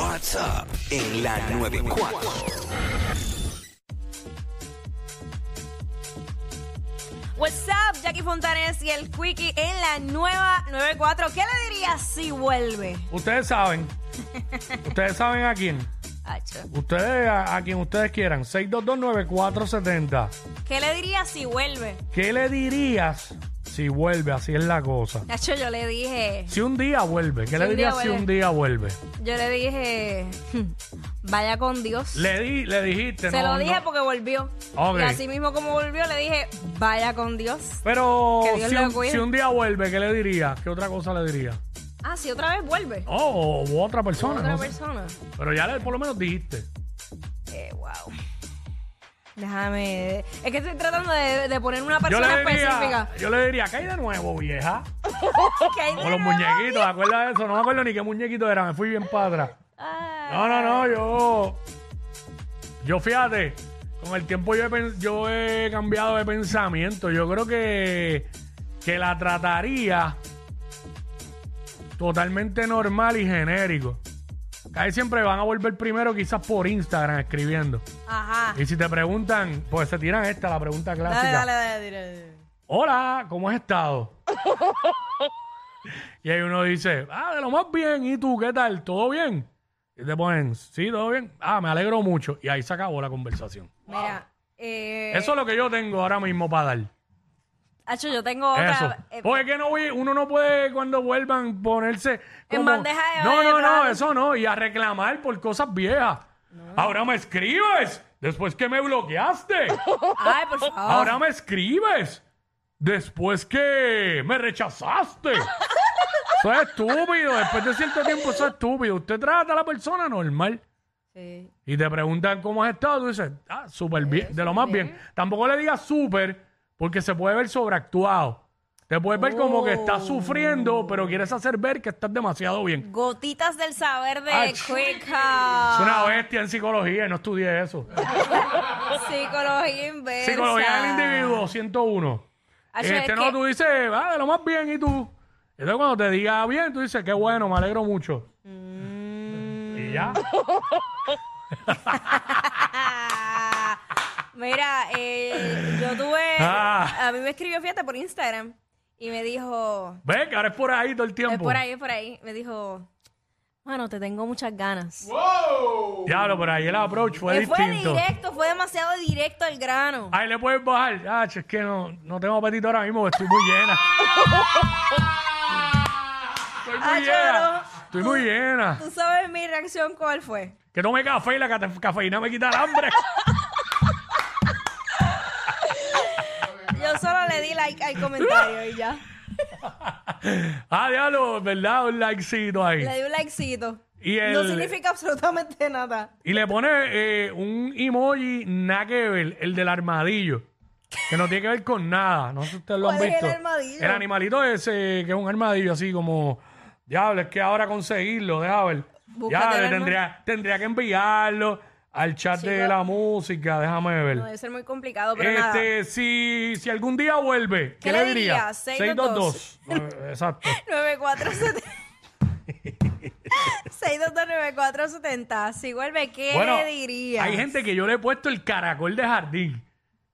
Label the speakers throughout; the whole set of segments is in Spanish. Speaker 1: WhatsApp en la 94.
Speaker 2: What's up, Jackie Fontanes y el Quickie en la nueva 94. ¿Qué le dirías si vuelve?
Speaker 3: Ustedes saben. ustedes saben a quién.
Speaker 2: Acho.
Speaker 3: Ustedes a, a quien ustedes quieran. 6229470.
Speaker 2: ¿Qué le dirías si vuelve?
Speaker 3: ¿Qué le dirías si vuelve? Así es la cosa.
Speaker 2: Nacho, yo le dije,
Speaker 3: Si un día vuelve, ¿qué
Speaker 2: Si
Speaker 3: le
Speaker 2: un
Speaker 3: dirías
Speaker 2: día
Speaker 3: si
Speaker 2: vuelve.
Speaker 3: un día vuelve?
Speaker 2: yo le dije, "Hmm, vaya con Dios.
Speaker 3: Le di, le dijiste,
Speaker 2: Se
Speaker 3: no,
Speaker 2: lo dije
Speaker 3: no.
Speaker 2: porque volvió.
Speaker 3: Ok.
Speaker 2: Y así mismo como volvió, le dije, vaya con Dios.
Speaker 3: Pero
Speaker 2: Que Dios
Speaker 3: si
Speaker 2: lo
Speaker 3: un,
Speaker 2: cuide.
Speaker 3: si un día vuelve, ¿qué le dirías? ¿Qué otra cosa le dirías?
Speaker 2: Ah, si otra vez vuelve.
Speaker 3: Oh, o- u otra persona.
Speaker 2: Otra
Speaker 3: no sé.
Speaker 2: persona.
Speaker 3: Pero ya le, por lo menos dijiste.
Speaker 2: Eh, wow. Déjame. Es que estoy tratando de, de poner una
Speaker 3: Yo
Speaker 2: persona
Speaker 3: le, diría,
Speaker 2: específica.
Speaker 3: yo le diría, ¿qué hay de nuevo, vieja?
Speaker 2: Que hay de
Speaker 3: O los
Speaker 2: nuevo.
Speaker 3: muñequitos, ¿te acuerdas de eso? No me acuerdo ni qué muñequito era, me fui bien para atrás.
Speaker 2: Ah.
Speaker 3: No, no, no, yo. Yo fíjate, con el tiempo yo he, pen- yo he cambiado de pensamiento. Yo creo que, que la trataría totalmente normal y genérico. Casi siempre van a volver primero, quizás por Instagram escribiendo.
Speaker 2: Ajá.
Speaker 3: Y si te preguntan, pues se tiran esta, la pregunta clásica.
Speaker 2: Dale, dale, dale, dile, dile.
Speaker 3: Hola, ¿cómo has estado? y ahí uno dice, ah, de lo más bien, ¿y tú qué tal? ¿Todo bien? Y te ponen, sí, todo bien. Ah, me alegro mucho. Y ahí se acabó la conversación.
Speaker 2: Mira, eh,
Speaker 3: Eso es lo que yo tengo ahora mismo para dar.
Speaker 2: Hacho, yo tengo
Speaker 3: Eso.
Speaker 2: otra. eh,
Speaker 3: Porque es que no, voy- uno no puede cuando vuelvan ponerse
Speaker 2: En
Speaker 3: como-
Speaker 2: bandeja de
Speaker 3: No, no, no,
Speaker 2: plata.
Speaker 3: eso no. Y a reclamar por cosas viejas. Ahora me escribes después que me bloqueaste.
Speaker 2: Ay, por favor.
Speaker 3: Ahora me escribes después que me rechazaste. Eso es estúpido. Después de cierto tiempo, eso es estúpido. Usted trata a la persona normal
Speaker 2: Sí.
Speaker 3: y te preguntan cómo has estado. Tú dices, ah, súper bien, de lo más bien. Tampoco le digas súper porque se puede ver sobreactuado. Te puedes ver como que estás sufriendo, pero quieres hacer ver que estás demasiado bien.
Speaker 2: Gotitas del saber de
Speaker 3: Ay,
Speaker 2: Quick
Speaker 3: Es
Speaker 2: House.
Speaker 3: una bestia en psicología y no estudié eso.
Speaker 2: Psicología inversa.
Speaker 3: Psicología del individuo, 101.
Speaker 2: Hacho,
Speaker 3: este
Speaker 2: es
Speaker 3: no,
Speaker 2: que-
Speaker 3: tú dices, va, de lo más bien, y tú. Entonces, cuando te diga bien, tú dices, qué bueno, me alegro mucho.
Speaker 2: Mm.
Speaker 3: Y ya.
Speaker 2: Ah, Mira, eh, yo tuve.
Speaker 3: Ah.
Speaker 2: A mí me escribió, fíjate, por Instagram. Y me dijo.
Speaker 3: Ve que ahora es por ahí todo el tiempo.
Speaker 2: Es por ahí, es por ahí. Me dijo. Mano, te tengo muchas ganas.
Speaker 3: Diablo, por ahí el approach fue
Speaker 2: Que fue
Speaker 3: distinto.
Speaker 2: directo, fue demasiado directo al grano.
Speaker 3: ahí le puedes bajar. Ah, che, es que no, no tengo apetito ahora mismo, porque estoy muy llena. estoy muy
Speaker 2: Ah,
Speaker 3: llena.
Speaker 2: choro.
Speaker 3: Estoy muy llena.
Speaker 2: ¿Tú sabes mi reacción cuál fue?
Speaker 3: Que tome café y la cate- cafeína me quita el hambre.
Speaker 2: Yo solo le di like al comentario y ya.
Speaker 3: ah, diablo, ¿verdad? Un likecito ahí.
Speaker 2: Le di un likecito.
Speaker 3: Y el-
Speaker 2: No significa absolutamente nada.
Speaker 3: Y le pone eh, un emoji nada que ver, el del armadillo. Que no tiene que ver con nada. No sé si ustedes lo han
Speaker 2: ¿Cuál es
Speaker 3: visto.
Speaker 2: el armadillo?
Speaker 3: El animalito ese, que es un armadillo así como. Diablo, es que ahora conseguirlo, deja ver.
Speaker 2: Búscate
Speaker 3: Ya,
Speaker 2: el arma-
Speaker 3: tendría, tendría que enviarlo al chat de
Speaker 2: Chico.
Speaker 3: la música, déjame ver.
Speaker 2: No, debe ser muy complicado, pero nada.
Speaker 3: este, si, si algún día vuelve, ¿qué,
Speaker 2: ¿Qué
Speaker 3: le
Speaker 2: le
Speaker 3: diría?
Speaker 2: dirías? 622.
Speaker 3: 622. Exacto.
Speaker 2: 947 6229470. Si vuelve, ¿qué
Speaker 3: Bueno,
Speaker 2: le dirías?
Speaker 3: Hay gente que yo le he puesto el caracol de jardín.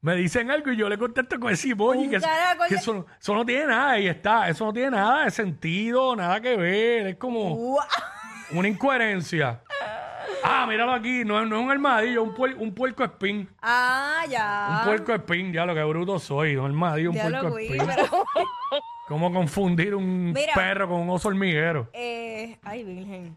Speaker 3: Me dicen algo y yo le contesto con ese emoji.
Speaker 2: Un
Speaker 3: Que, eso-
Speaker 2: caracol
Speaker 3: que
Speaker 2: de-
Speaker 3: eso, eso no tiene nada, ahí está. Eso no tiene nada de sentido, nada que ver. Es como
Speaker 2: Guau.
Speaker 3: una incoherencia. Ah, míralo aquí. No, es- no es un armadillo, un, puer- un puerco espín.
Speaker 2: Ah,
Speaker 3: Un
Speaker 2: ya.
Speaker 3: puerco espín, ya lo que bruto soy. Un armadillo, un
Speaker 2: Ya lo
Speaker 3: puerco
Speaker 2: vi,
Speaker 3: espín.
Speaker 2: pero-
Speaker 3: ¿Cómo confundir un
Speaker 2: Mira.
Speaker 3: perro con un oso hormiguero?
Speaker 2: Eh, ay, virgen.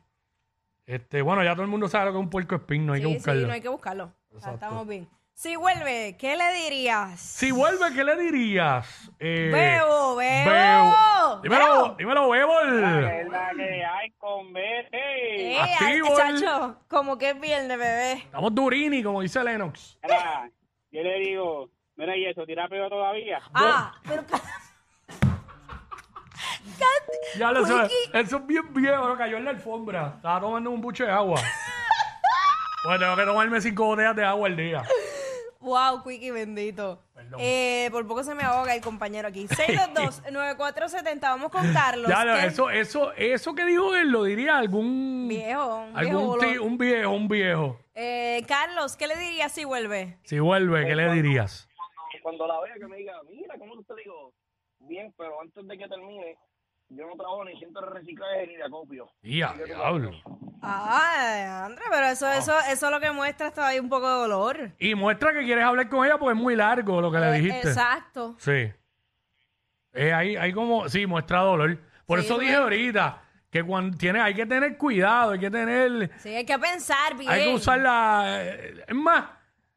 Speaker 3: Este, bueno, ya todo el mundo sabe lo que es un puerco espín, no hay
Speaker 2: Sí,
Speaker 3: que
Speaker 2: sí,
Speaker 3: buscarlo.
Speaker 2: no hay que buscarlo. O sea, estamos bien. Si vuelve, ¿qué le dirías?
Speaker 3: Si vuelve, ¿qué le dirías? Eh,
Speaker 2: Bebo, bebo.
Speaker 3: Bebo. Dímelo,
Speaker 2: Bebo.
Speaker 3: dímelo, Bebol.
Speaker 4: Es la que hay con Betty.
Speaker 2: Eh, ay,
Speaker 3: Activo el-
Speaker 2: chacho, como que es viernes, bebé.
Speaker 3: Estamos durini, como dice Lennox.
Speaker 4: Mira, yo le digo, mira, y eso, tira peor todavía.
Speaker 2: Ah, pero ca- Ca-
Speaker 3: Ya lo sé.
Speaker 2: Wiki.
Speaker 3: Eso es bien viejo, lo cayó en la alfombra. Estaba Pues tomando un buche de agua. bueno, tengo que tomarme cinco botellas de agua al día.
Speaker 2: Wow, Quickie, bendito.
Speaker 3: Perdón.
Speaker 2: Eh, por poco se me ahoga el compañero aquí. 622-9470, vamos con Carlos.
Speaker 3: Ya,
Speaker 2: que-
Speaker 3: eso, eso, eso que dijo él lo diría algún
Speaker 2: Viejo, un viejo
Speaker 3: algún ti-
Speaker 2: bolón.
Speaker 3: un viejo, un viejo.
Speaker 2: Eh, Carlos, ¿qué le dirías si vuelve?
Speaker 3: Si vuelve, ¿qué le dirías?
Speaker 5: cuando la vea que me diga, mira, ¿cómo te digo? Bien, pero antes de que termine, yo no trabajo ni siento reciclaje ni de acopio.
Speaker 3: Ya, diablo.
Speaker 2: Ah, André, pero eso, eso, eso lo que muestra está ahí un poco de dolor.
Speaker 3: Y muestra que quieres hablar con ella porque es muy largo lo que le
Speaker 2: Eh,
Speaker 3: dijiste.
Speaker 2: Exacto.
Speaker 3: Sí. Eh, ahí, ahí como, sí, muestra dolor. Por
Speaker 2: Sí,
Speaker 3: eso
Speaker 2: porque-
Speaker 3: dije ahorita que cuando tiene, hay que tener cuidado, hay que tener,
Speaker 2: Sí, hay que pensar bien.
Speaker 3: hay que usar la... eh, Es más,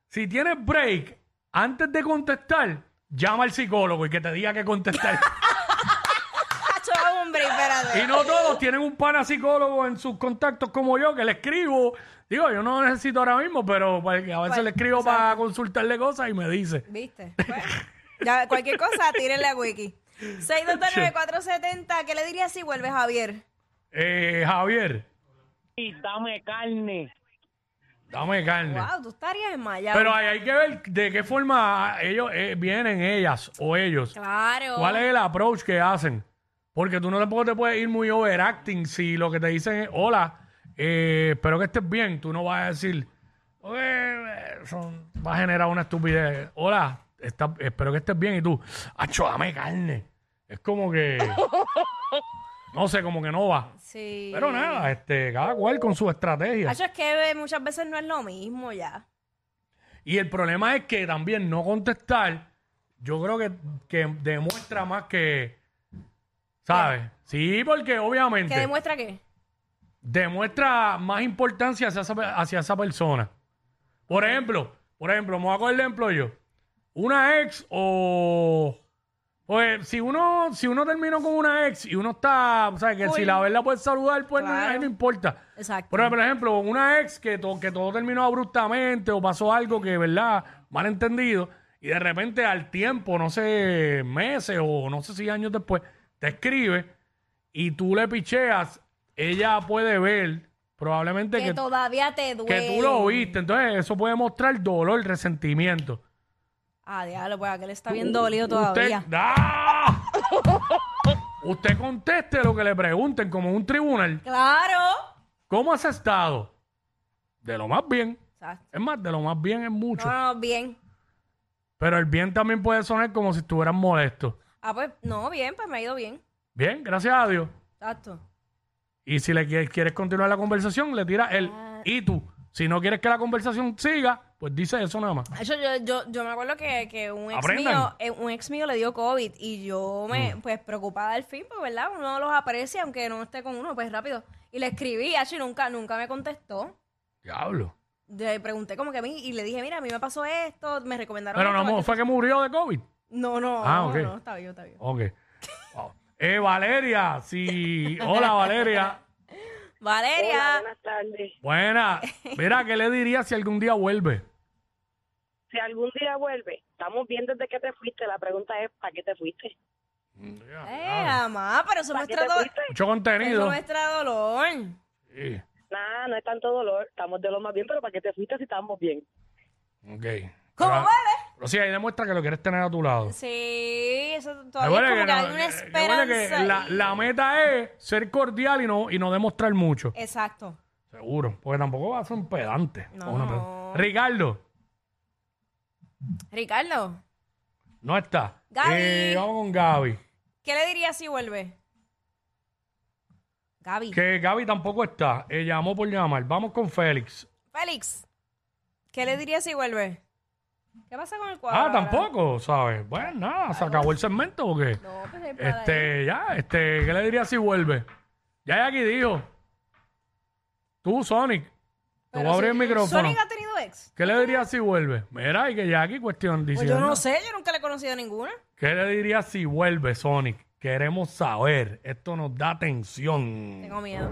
Speaker 3: si tienes break, antes de contestar, llama al psicólogo y que te diga que contestar.
Speaker 2: Cacho, hombre, espérate.
Speaker 3: y no todos tienen un pana psicólogo en sus contactos como yo, que le escribo. Digo, yo no lo necesito ahora mismo, pero pues, a veces
Speaker 2: Pues,
Speaker 3: le escribo
Speaker 2: exacto.
Speaker 3: para consultarle cosas y me dice.
Speaker 2: ¿Viste? Bueno, ya, cualquier cosa, tírenle a Wiki. 629-470, ¿qué le dirías si vuelve Javier?
Speaker 3: Eh, Javier,
Speaker 5: Y dame carne.
Speaker 3: dame carne.
Speaker 2: Wow, tú estarías desmayado.
Speaker 3: Pero hay, hay que ver de qué forma ellos eh, vienen ellas o ellos.
Speaker 2: Claro.
Speaker 3: ¿Cuál es el approach que hacen? Porque tú no tampoco te puedes ir muy overacting si lo que te dicen es hola, eh, espero que estés bien. Tú no vas a decir, "Eh, eh, son- va a generar una estupidez. Hola, está- espero que estés bien. Y tú, acho, dame carne. Es como que, no sé, como que no va.
Speaker 2: Sí.
Speaker 3: Pero nada, este, cada cual con su estrategia.
Speaker 2: Cacho, es que eh, muchas veces no es lo mismo ya.
Speaker 3: Y el problema es que también no contestar, yo creo que, que demuestra más que. ¿Sabes? Sí, porque
Speaker 2: ¿Qué
Speaker 3: obviamente
Speaker 2: demuestra qué?
Speaker 3: demuestra más importancia hacia esa, pe- hacia esa persona. Por ejemplo, por ejemplo, me voy a coger el ejemplo yo. Una ex o. Pues si uno, si uno terminó con una ex y uno está, ¿sabes? Que si
Speaker 2: Cool.
Speaker 3: la verdad puede saludar, pues no-
Speaker 2: Claro.
Speaker 3: ahí no importa.
Speaker 2: Exacto.
Speaker 3: Pero, por ejemplo, una ex que, to- que todo terminó abruptamente o pasó algo que, ¿verdad? Malentendido. Y de repente al tiempo, no sé, meses o no sé si años después, te escribe y tú le picheas, ella puede ver probablemente
Speaker 2: que,
Speaker 3: que,
Speaker 2: todavía te duele.
Speaker 3: que tú lo viste. Entonces eso puede mostrar dolor, resentimiento.
Speaker 2: Ah, diablo, pues aquel está bien dolido todavía.
Speaker 3: Usted, ¡Ah! Usted conteste lo que le pregunten como en un tribunal.
Speaker 2: Claro.
Speaker 3: ¿Cómo has estado? De lo más bien.
Speaker 2: Exacto.
Speaker 3: Es más, de lo más bien es mucho.
Speaker 2: No, no, bien.
Speaker 3: Pero el bien también puede sonar como si estuvieran molestos.
Speaker 2: Ah, pues, no, bien, pues me ha ido bien.
Speaker 3: Bien, gracias a Dios.
Speaker 2: Exacto.
Speaker 3: Y si le qui- quieres continuar la conversación, le tiras el y tú. Si no quieres que la conversación siga, pues dice eso nada más.
Speaker 2: Eso, Ah, yo, yo, yo me acuerdo que, que un, ex
Speaker 3: Aprendan. Mm.
Speaker 2: mío, eh, un ex mío le dio COVID y yo me, pues, preocupada al fin, pues, ¿verdad? Uno los aprecia, aunque no esté con uno, pues, rápido. Y le escribí, hacho, y nunca, nunca me contestó.
Speaker 3: Diablo.
Speaker 2: Le pregunté como que a mí, y le dije, mira, a mí me pasó esto, me recomendaron
Speaker 3: Pero
Speaker 2: esto,
Speaker 3: no
Speaker 2: me-
Speaker 3: mo- fue que murió de COVID.
Speaker 2: No, no,
Speaker 3: Ah,
Speaker 2: no,
Speaker 3: ok.
Speaker 2: no, está bien, está bien.
Speaker 3: Ok. Wow. Eh, Valeria, sí. Hola, Valeria.
Speaker 2: Valeria,
Speaker 6: buenas tardes.
Speaker 3: Buena. Mira, ¿qué le dirías si algún día vuelve?
Speaker 6: Si algún día vuelve, Pues, estamos bien desde que te fuiste. La pregunta es, ¿para qué te fuiste?
Speaker 2: eh,
Speaker 3: Ah.
Speaker 2: mamá, pero eso
Speaker 6: ¿Para qué
Speaker 2: muestra,
Speaker 6: te
Speaker 2: do-
Speaker 6: fuiste?
Speaker 3: Mucho
Speaker 2: eso
Speaker 3: contenido.
Speaker 2: muestra dolor.
Speaker 3: Sí.
Speaker 6: Nada, no es tanto dolor. Estamos de lo más bien, pero ¿para qué te fuiste si estamos bien?
Speaker 3: Ok.
Speaker 2: ¿Cómo
Speaker 3: Pero-
Speaker 2: duele?
Speaker 3: Pero sí, ahí demuestra que lo quieres tener a tu lado.
Speaker 2: Sí, eso todavía
Speaker 3: Me
Speaker 2: es como
Speaker 3: huele
Speaker 2: que, hay
Speaker 3: no,
Speaker 2: una
Speaker 3: eh, me huele que
Speaker 2: esperanza.
Speaker 3: la,
Speaker 2: ahí.
Speaker 3: la meta es ser cordial y no, y no demostrar mucho.
Speaker 2: Eh. Exacto.
Speaker 3: Seguro. Porque tampoco va a ser un pedante.
Speaker 2: No.
Speaker 3: o una pedante. Ricardo,
Speaker 2: Ricardo,
Speaker 3: no está.
Speaker 2: Gaby.
Speaker 3: Eh, vamos con Gaby.
Speaker 2: ¿Qué le dirías si vuelve? Gaby.
Speaker 3: Que Gaby tampoco está. Eh, llamó por llamar. Vamos con Félix.
Speaker 2: Félix, ¿qué le dirías si vuelve? ¿Qué pasa con el cuadro?
Speaker 3: Ah,
Speaker 2: ahora?
Speaker 3: tampoco, ¿sabes? Bueno, nada, se acabó el segmento porque.
Speaker 2: No, pues es para ahí.
Speaker 3: Este, ya, este, ¿qué le diría si vuelve? Ya, ya aquí dijo. Tú, Sonic. Te
Speaker 2: Pero
Speaker 3: voy a abrir
Speaker 2: si-
Speaker 3: el micrófono.
Speaker 2: ¿Sonic ha tenido ex?
Speaker 3: ¿Qué le dirías si vuelve? Mira, y que Jackie cuestión dice.
Speaker 2: Pues yo no sé, yo nunca le he conocido a ninguna.
Speaker 3: ¿Qué le dirías si vuelve Sonic? Queremos saber. Esto nos da tensión.
Speaker 2: Tengo miedo.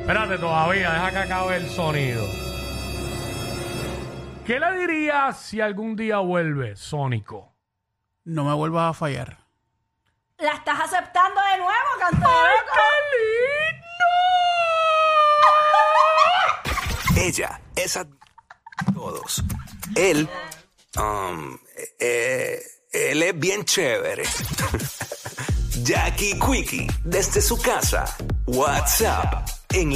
Speaker 3: Espérate todavía, deja que acabe el sonido. ¿Qué le dirías si algún día vuelve Sónico?
Speaker 7: No me vuelvas a fallar.
Speaker 2: ¿La estás aceptando de nuevo, cantor?
Speaker 1: Ella es a todos. Él, um, eh, él es bien chévere. Jackie Quickie, desde su casa. WhatsApp, en la